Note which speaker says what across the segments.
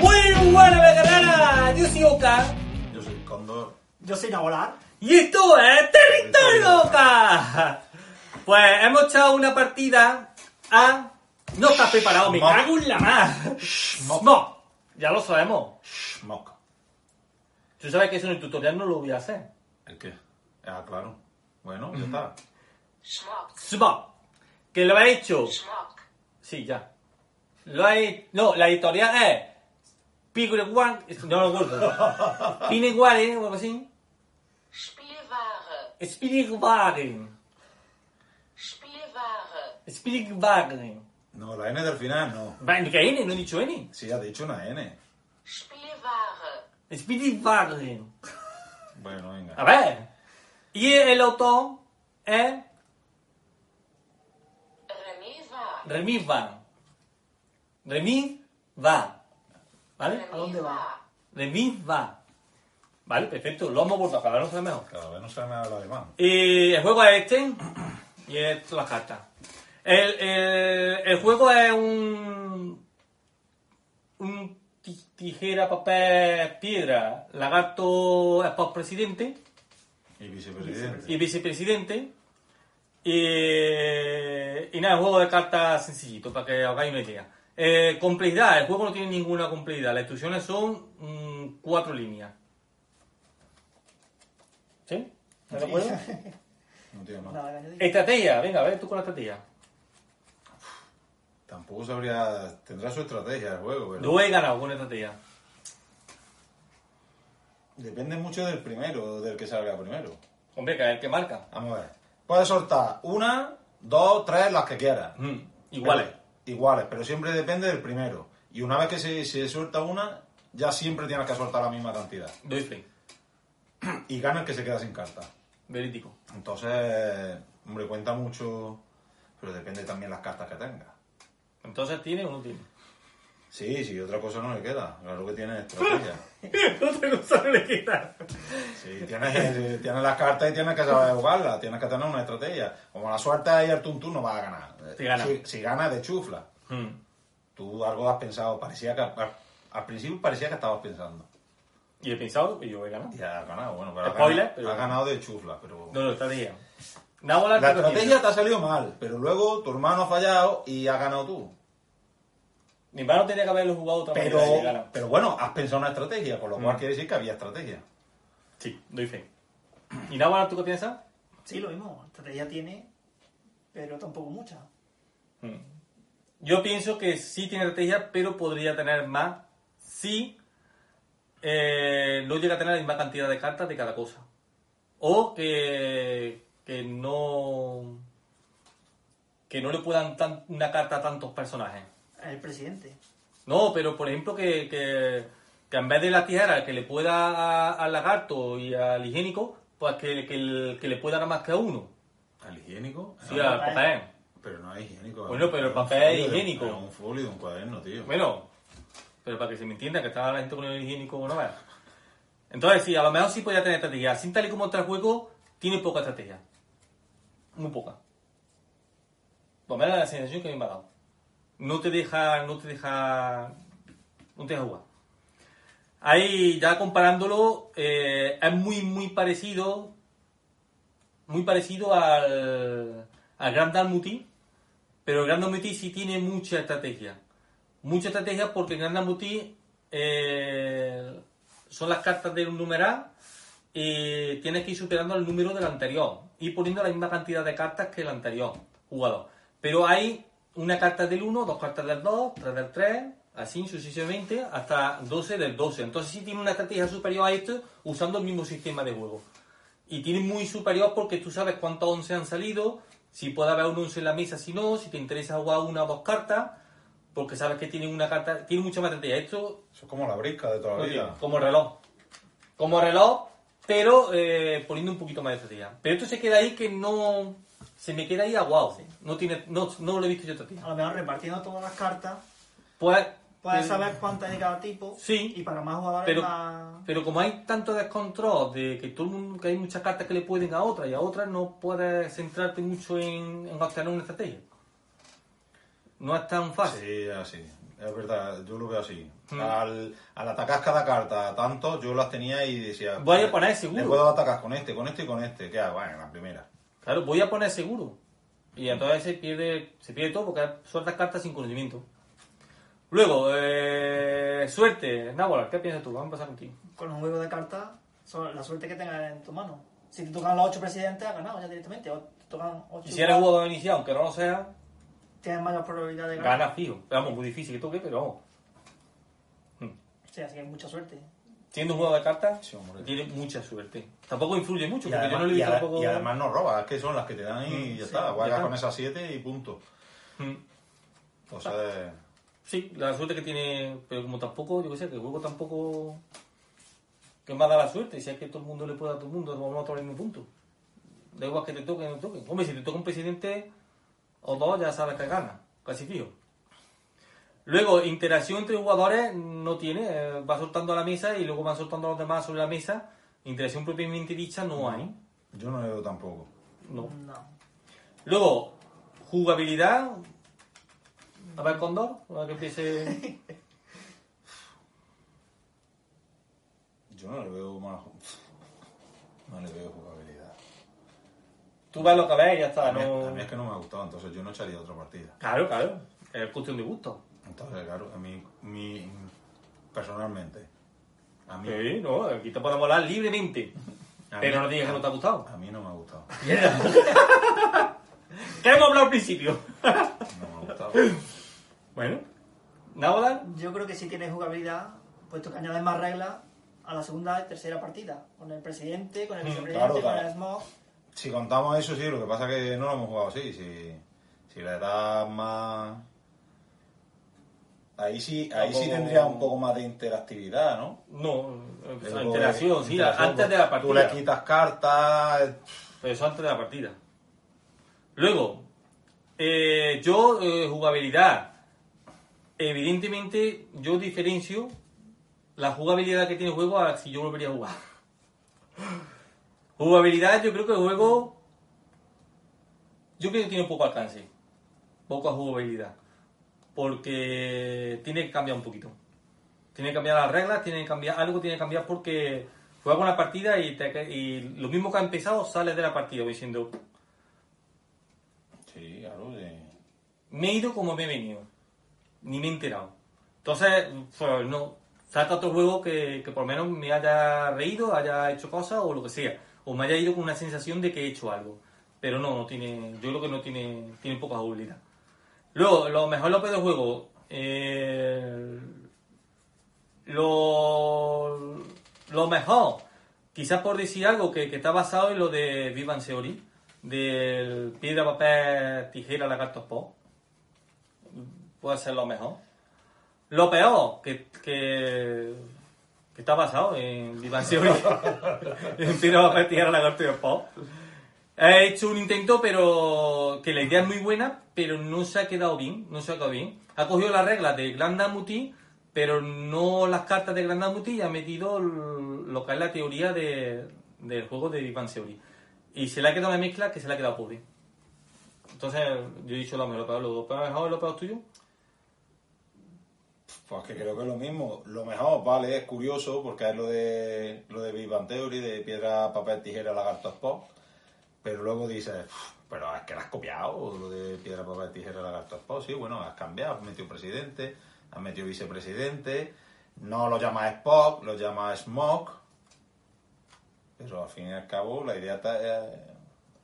Speaker 1: Bueno, bueno, Belgrana, yo soy Oka,
Speaker 2: Yo soy Cóndor.
Speaker 3: Yo soy Nabolar.
Speaker 1: y esto es Territorio Oka. Pues hemos echado una partida a... No estás preparado, me
Speaker 2: Mo.
Speaker 1: cago en la mar.
Speaker 2: mo.
Speaker 1: No, ya lo sabemos.
Speaker 2: Schmock.
Speaker 1: Tú sabes que eso en el tutorial no lo voy a hacer.
Speaker 2: ¿El qué? Ah, claro. Bueno, ya está.
Speaker 1: Smock, que lo ha hecho... Sí, ya. Lo ha he- No, la editorial es... Pigre One... No lo recuerdo. Pine Guare ¿eh? o algo así.
Speaker 4: Spielware,
Speaker 1: Spielwagen.
Speaker 4: Spielware,
Speaker 1: Spielwagen.
Speaker 2: Mm. No, la N del final no.
Speaker 1: Bueno, que N, no he dicho N.
Speaker 2: Sí, ha dicho una N.
Speaker 4: Spielware,
Speaker 1: Spielwagen.
Speaker 2: Bueno, venga.
Speaker 1: A ver. Y el autor es
Speaker 4: René Var,
Speaker 1: Remi Van. Remi Va. ¿Vale?
Speaker 4: René
Speaker 1: ¿A dónde va?
Speaker 4: Var,
Speaker 1: Remi Va. Vale, perfecto. Lo hemos vuelto a acabar, no sabe mejor.
Speaker 2: Cada vez no se me habla alemán.
Speaker 1: Y el juego es este. Y esto las cartas. El, el, el juego es un. Un ti- tijera, papel, piedra. Lagarto es post presidente.
Speaker 2: Y vicepresidente.
Speaker 1: y vicepresidente. Y, y nada, juego de cartas sencillito, para que hagáis una idea. Eh, complejidad, el juego no tiene ninguna complejidad. Las instrucciones son mm, cuatro líneas. ¿Sí? ¿Te acuerdas?
Speaker 2: No tiene más.
Speaker 3: No, yo dije-
Speaker 1: Estrategia, venga, a ver tú con la estrategia.
Speaker 2: Tampoco sabría. Tendrá su estrategia el juego, pero.
Speaker 1: Yo he ganado con estrategia.
Speaker 2: Depende mucho del primero, del que salga primero.
Speaker 1: Hombre, que es el que marca.
Speaker 2: Vamos a ver. Puedes soltar una, dos, tres, las que quieras.
Speaker 1: Mm, iguales.
Speaker 2: Pero- iguales, pero siempre depende del primero. Y una vez que se, se suelta una, ya siempre tienes que soltar la misma cantidad.
Speaker 1: Doy fe.
Speaker 2: Y gana el que se queda sin carta.
Speaker 1: Verídico.
Speaker 2: Entonces, hombre, cuenta mucho, pero depende también las cartas que tenga.
Speaker 1: Entonces, ¿tiene o no tiene?
Speaker 2: Sí, sí, otra cosa no le queda. Claro que tiene estrategia.
Speaker 1: Otra cosa no le queda.
Speaker 2: Sí, tienes, eh, tienes las cartas y tienes que saber jugarlas, tienes que tener una estrategia. Como la suerte ahí al tuntún no vas a ganar. Eh,
Speaker 1: Sí, gana.
Speaker 2: Si, si ganas, de chufla.
Speaker 1: Mm.
Speaker 2: Tú algo has pensado, parecía que al, al principio parecía que estabas pensando.
Speaker 1: Y he pensado que yo he ganado.
Speaker 2: Y has ganado, bueno, pero has
Speaker 1: Spoiler,
Speaker 2: ganado,
Speaker 1: pero-
Speaker 2: has ganado de chufla, pero...
Speaker 1: No, no, estrategia.
Speaker 2: La
Speaker 1: Nábola, ¿qué lo tiene?
Speaker 2: estrategia te ha salido mal, pero luego tu hermano ha fallado y has ganado tú.
Speaker 1: Mi hermano tenía que haberlo jugado otra
Speaker 2: Pero,
Speaker 1: manera y ganar.
Speaker 2: pero bueno, has pensado una estrategia, con lo
Speaker 1: Mm.
Speaker 2: cual quiere decir que había estrategia.
Speaker 1: Sí, doy fe. ¿Y Nábola, tú qué piensas?
Speaker 3: Sí, lo mismo. Estrategia tiene, pero tampoco mucha.
Speaker 1: Yo pienso que sí tiene estrategia, pero podría tener más si eh, no llega a tener la misma cantidad de cartas de cada cosa. O que, que no. que no le puedan tan- una carta a tantos personajes.
Speaker 3: El presidente.
Speaker 1: No, pero por ejemplo que, que, que en vez de la tijera que le pueda a- al lagarto y al higiénico, pues que, que, el- que le pueda dar más que a uno.
Speaker 2: ¿Al higiénico?
Speaker 1: Sí,
Speaker 2: Ah,
Speaker 1: al
Speaker 3: papel.
Speaker 1: papel.
Speaker 2: Pero no es higiénico.
Speaker 1: Bueno, pero el
Speaker 2: Era un
Speaker 1: papel es
Speaker 2: folio de-
Speaker 1: higiénico.
Speaker 2: era un folio de un cuaderno, tío.
Speaker 1: Bueno, pero para que se me entienda que estaba la gente con el higiénico no vea. Entonces, sí, a lo mejor sí podría tener estrategia. Sin tal y como está el juego, tiene poca estrategia. Muy poca. Por lo menos la sensación que a mí me ha dado. No te deja, no te deja, no te deja jugar. Ahí, ya comparándolo, eh, es muy, muy parecido, muy parecido al, al Grand Dalmuti, pero el Grand Dalmuti sí tiene mucha estrategia mucha estrategia porque en Gran Dambuti eh, son las cartas de un numeral y tienes que ir superando el número del anterior y poniendo la misma cantidad de cartas que el anterior jugador. Pero hay una carta del 1, dos cartas del 2, tres del 3, así sucesivamente hasta 12 del 12. Entonces sí tiene una estrategia superior a esto usando el mismo sistema de juego. Y tiene muy superior porque tú sabes cuántos 11 han salido, Si puede haber un uso en la mesa, si no, si te interesa jugar una o dos cartas, porque sabes que tiene una carta, tiene mucha más estrategia. Esto, eh,
Speaker 2: Eso es como la brisca de toda la vida.
Speaker 1: como reloj. Como reloj, pero eh, poniendo un poquito más de estrategia. Pero esto se queda ahí que no. Se me queda ahí aguado. No, tiene, no, no lo he visto yo estrategia.
Speaker 3: A lo mejor repartiendo todas las cartas,
Speaker 1: Pues.
Speaker 3: puedes
Speaker 1: eh,
Speaker 3: saber cuántas hay de cada tipo.
Speaker 1: Sí.
Speaker 3: Y para más jugadores,
Speaker 1: pero,
Speaker 3: más-
Speaker 1: pero como hay tanto descontrol de que todo el mundo, que hay muchas cartas que le pueden a otras y a otras no puedes centrarte mucho en, en obtener una estrategia. No es tan fácil.
Speaker 2: Sí, así. Es verdad, yo lo veo así.
Speaker 1: Mm.
Speaker 2: Al, al atacar cada carta tanto, yo las tenía y decía...
Speaker 1: Voy a
Speaker 2: "Vale,
Speaker 1: poner seguro".
Speaker 2: Le puedo atacar con este, con este y con este. ¿Qué hago? Bueno, la primera.
Speaker 1: Claro, voy a poner seguro. Y entonces se pierde, se pierde todo porque sueltas cartas sin conocimiento. Luego, eh, suerte. Nábola, ¿qué piensas tú? Vamos a empezar contigo.
Speaker 3: con un juego de cartas, son la suerte que tengas en tu mano. Si te tocan los ocho presidentes, has ganado ya directamente. O te tocan ocho.
Speaker 1: Y si eres jugador iniciado, aunque no lo sea,
Speaker 3: Tienes mayor probabilidad de ganar.
Speaker 1: ganas fijo. Pero vamos, muy difícil que toque, pero vamos.
Speaker 3: Sí, así que hay mucha suerte.
Speaker 1: Siendo un juego de cartas,
Speaker 2: Sí, hombre.
Speaker 1: tiene mucha suerte. Tampoco influye mucho,
Speaker 2: Y
Speaker 1: porque
Speaker 2: además,
Speaker 1: yo no le he
Speaker 2: y
Speaker 1: visto
Speaker 2: ada-
Speaker 1: tampoco.
Speaker 2: y además no roba, es que son las que te dan y ya está. Juegas
Speaker 1: Mm, está.
Speaker 2: con esas siete y punto.
Speaker 1: Mm.
Speaker 2: Entonces,
Speaker 1: Sí, la suerte que tiene, pero como tampoco, yo qué sé, que el juego tampoco. que más da la suerte? Si es que todo el mundo le puede a todo el mundo, vamos a tocar el mismo punto. Da igual que te toque o no toque. Hombre, si te toca un presidente o dos, ya sabes que gana, casi fijo. Luego, interacción entre jugadores no tiene, eh, va soltando a la mesa y luego van soltando a los demás sobre la mesa. Interacción propiamente dicha no hay.
Speaker 2: yo no le veo tampoco.
Speaker 1: No.
Speaker 3: No.
Speaker 1: Luego, jugabilidad. A ver, Condor, a ver que empiece.
Speaker 2: Yo no le veo más... No le veo jugabilidad.
Speaker 1: Tú ves lo que ves y ya está.
Speaker 2: A mí,
Speaker 1: No...
Speaker 2: a mí es que no me ha gustado, entonces yo no echaría otra partida.
Speaker 1: Claro, claro. Es cuestión de gusto.
Speaker 2: Entonces, claro, a mí, mi, personalmente, a mí,
Speaker 1: Sí, no, aquí te podemos hablar libremente.
Speaker 2: A
Speaker 1: Pero
Speaker 2: mí-
Speaker 1: no digas que no te ha gustado.
Speaker 2: a mí no me ha gustado.
Speaker 1: ¿Qué hemos hablado al principio?
Speaker 2: No me ha gustado.
Speaker 1: bueno. Nábola,
Speaker 3: Yo creo que sí tiene jugabilidad, puesto que añades más reglas a la segunda y tercera partida. Con el presidente,
Speaker 1: Mm,
Speaker 3: con el vicepresidente,
Speaker 2: claro, claro.
Speaker 3: con el smog.
Speaker 2: Si contamos eso, sí, lo que pasa es que no lo hemos jugado así. Si, si le das más. Ahí sí, ahí sí
Speaker 1: Tampoco-
Speaker 2: tendría un poco más de interactividad, ¿no?
Speaker 1: no. eh,
Speaker 2: Pero, eh,
Speaker 1: interacción, sí,
Speaker 2: interacción, pues,
Speaker 1: antes de la partida.
Speaker 2: Tú le quitas cartas. eh,
Speaker 1: Pero eso antes de la partida. Luego, eh, yo, eh, jugabilidad. Evidentemente, yo diferencio la jugabilidad que tiene el juego a si yo volvería a jugar. Jugabilidad, yo creo que el juego. Yo creo que tiene poco alcance. Poca jugabilidad. Porque tiene que cambiar un poquito. Tiene que cambiar las reglas, tiene que cambiar algo, tiene que cambiar porque juegas una partida y, te- y lo mismo que ha empezado sales de la partida diciendo
Speaker 2: Sí, claro, sí.
Speaker 1: me he ido como me he venido, ni me he enterado. Entonces, pues no, saca otro juego que, que por lo menos me haya reído, haya hecho cosas o lo que sea, o me haya ido con una sensación de que he hecho algo. Pero no, no tiene, yo creo que no tiene, tiene poca jugabilidad. Luego, lo mejor López de juego, eh, lo, lo mejor, quizás por decir algo que, que está basado en lo de Vivan Seori, del piedra, papel, tijera, lagartos, po. Puede ser lo mejor. Lo peor, que, que, que está basado en Vivan Seori, en piedra, papel, tijera, lagartos, po. He hecho un intento, pero que la idea es muy buena, pero no se ha quedado bien, no se ha quedado bien. Ha cogido las reglas de Grandamuti, pero no las cartas de Grandamuti y ha metido l- lo que es la teoría de- del juego de Ivan Seori. Y se le ha quedado una mezcla que se le ha quedado pobre. Entonces, yo he dicho lo mejor, lo peor, lo mejor, lo peor tuyo.
Speaker 2: Pues que creo que es lo mismo. Lo mejor, vale, es curioso, porque es lo de lo de Big Bang Theory, de piedra, papel, tijera, lagartos, pop. Pero luego dices, "Uf, pero es que lo has copiado, lo de piedra, papel, tijera, lagartos, pop. Sí, bueno, has cambiado, has metido presidente, has metido vicepresidente. No lo llamas Spock, lo llamas Smog. Pero al fin y al cabo, la idea ta- eh,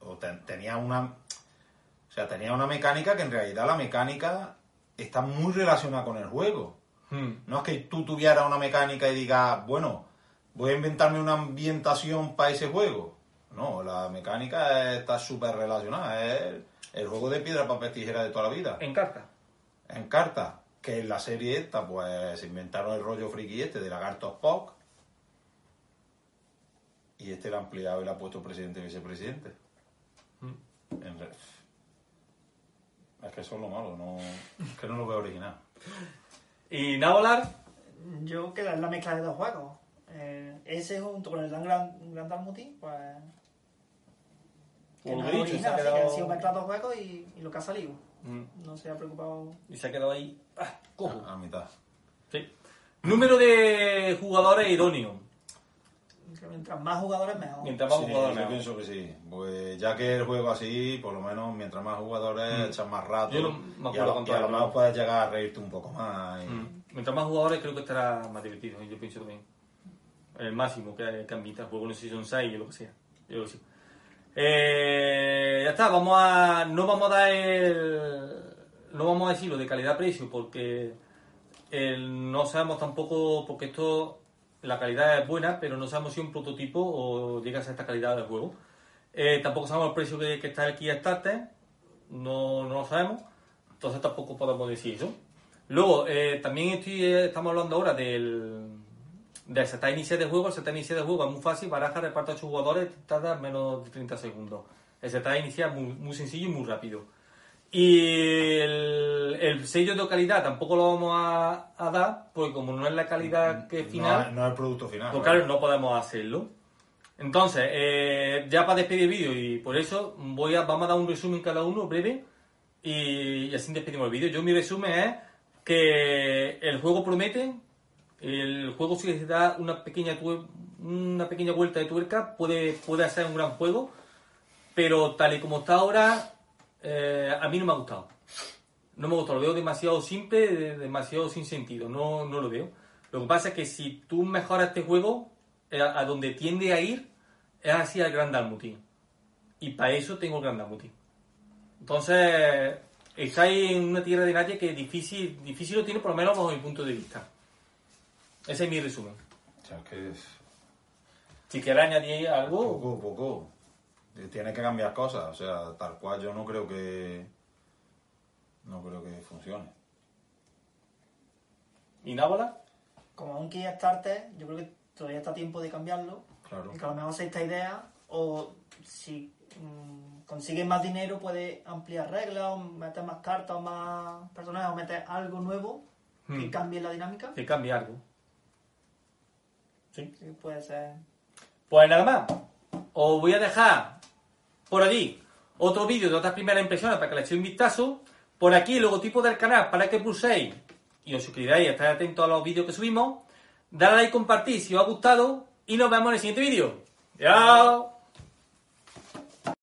Speaker 2: o ten- tenía una o sea, tenía una mecánica que en realidad la mecánica está muy relacionada con el juego. No es que tú tuvieras una mecánica y digas, bueno, voy a inventarme una ambientación para ese juego. No, la mecánica está súper relacionada. Es El juego de piedra, papel, tijera de toda la vida.
Speaker 1: En carta.
Speaker 2: en cartas, que en la serie esta, pues se inventaron el rollo friki este de lagartos Spock. Y este lo ha ampliado y lo ha puesto presidente y vicepresidente. En re- Es que eso es lo malo, no... es que no lo veo original.
Speaker 1: Y Nabolar,
Speaker 3: Yo que la, la mezcla de dos juegos. Eh, ese junto con el Dan Gran, Gran Dalmuti, pues. que
Speaker 1: Como
Speaker 3: no
Speaker 1: he dicho,
Speaker 3: es original,
Speaker 1: se ha
Speaker 3: así
Speaker 1: quedado-
Speaker 3: que han sido mezclados dos juegos y, y lo que ha salido.
Speaker 1: Mm.
Speaker 3: No se ha preocupado.
Speaker 1: y se ha quedado ahí. Ah, cojo.
Speaker 2: A, a mitad.
Speaker 1: Sí. Número de jugadores idóneos.
Speaker 3: que mientras más jugadores, mejor.
Speaker 1: Mientras más
Speaker 2: Sí,
Speaker 1: jugadores
Speaker 2: yo
Speaker 1: mejor.
Speaker 2: pienso que sí. Pues ya que el juego así, por lo menos mientras más jugadores echan más rato.
Speaker 1: Mm. Yo no me
Speaker 2: y a
Speaker 1: acuerdo
Speaker 2: lo,
Speaker 1: cuánto
Speaker 2: y a lo
Speaker 1: era,
Speaker 2: mejor
Speaker 1: ¿no?
Speaker 2: puedes llegar a reírte un poco más. y-
Speaker 1: Mm. Mientras más jugadores creo que estará más divertido, yo pienso también. El máximo que cambia el juego, no sé si son 6 o lo que sea. Yo lo sé. Eh, ya está, vamos a. No vamos a dar el. No vamos a decir lo de calidad-precio porque el- no sabemos tampoco, porque esto, la calidad es buena, pero no sabemos si es un prototipo o llega a ser esta calidad del juego. Eh, tampoco sabemos el precio que, que está aquí a Starter, no, no lo sabemos, entonces tampoco podemos decir eso. Luego, eh, también estoy, eh, estamos hablando ahora del, del setup inicial de juego. El setup inicial de juego es muy fácil, baraja, reparte a 8 jugadores, tarda menos de 30 segundos. El setup inicial es muy, muy sencillo y muy rápido. Y el, el sello de calidad tampoco lo vamos a, a dar, porque como no es la calidad que
Speaker 2: Mm, No
Speaker 1: final...
Speaker 2: es- No, es el producto final.
Speaker 1: Pues
Speaker 2: ¿no?
Speaker 1: claro, no podemos hacerlo. Entonces, eh, ya para despedir el vídeo, y por eso voy a, vamos a dar un resumen cada uno breve y, y así despedimos el vídeo. Yo mi resumen es que el juego promete, el juego si le da una pequeña tue- una pequeña vuelta de tuerca puede, puede hacer un gran juego, pero tal y como está ahora, eh, a mí no me ha gustado. No me gusta, lo veo demasiado simple, de- demasiado sin sentido, no, no lo veo. Lo que pasa es que si tú mejoras este juego, eh, a, a donde tiende a ir es hacia el Grand Dalmuti. Y para eso tengo el Grand Dalmuti. Entonces, estáis en una tierra de nadie que difícil, difícil lo tiene, por lo menos bajo mi punto de vista. Ese es mi resumen.
Speaker 2: O sea, es que es-
Speaker 1: Si quieres añadir algo,
Speaker 2: Poco, poco. Tiene que cambiar cosas, o sea, tal cual yo no creo que. No creo que funcione.
Speaker 1: y Nábola,
Speaker 3: Como aún que Starter, yo creo que todavía está a tiempo de cambiarlo.
Speaker 2: Claro.
Speaker 3: Y que a lo mejor se esta idea, o si mm, consigues más dinero, puedes ampliar reglas, o meter más cartas, o más personajes, o meter algo nuevo que
Speaker 1: Hmm.
Speaker 3: cambie la dinámica.
Speaker 1: que cambie algo. ¿Sí?
Speaker 3: Sí, puede ser.
Speaker 1: Pues nada más. Os voy a dejar por allí otro vídeo de otras primeras impresiones para que le echéis un vistazo. Por aquí el logotipo del canal para que pulséis y os suscribáis y estáis atentos a los vídeos que subimos. Dale a like, compartir si os ha gustado y nos vemos en el siguiente vídeo. ¡Chao!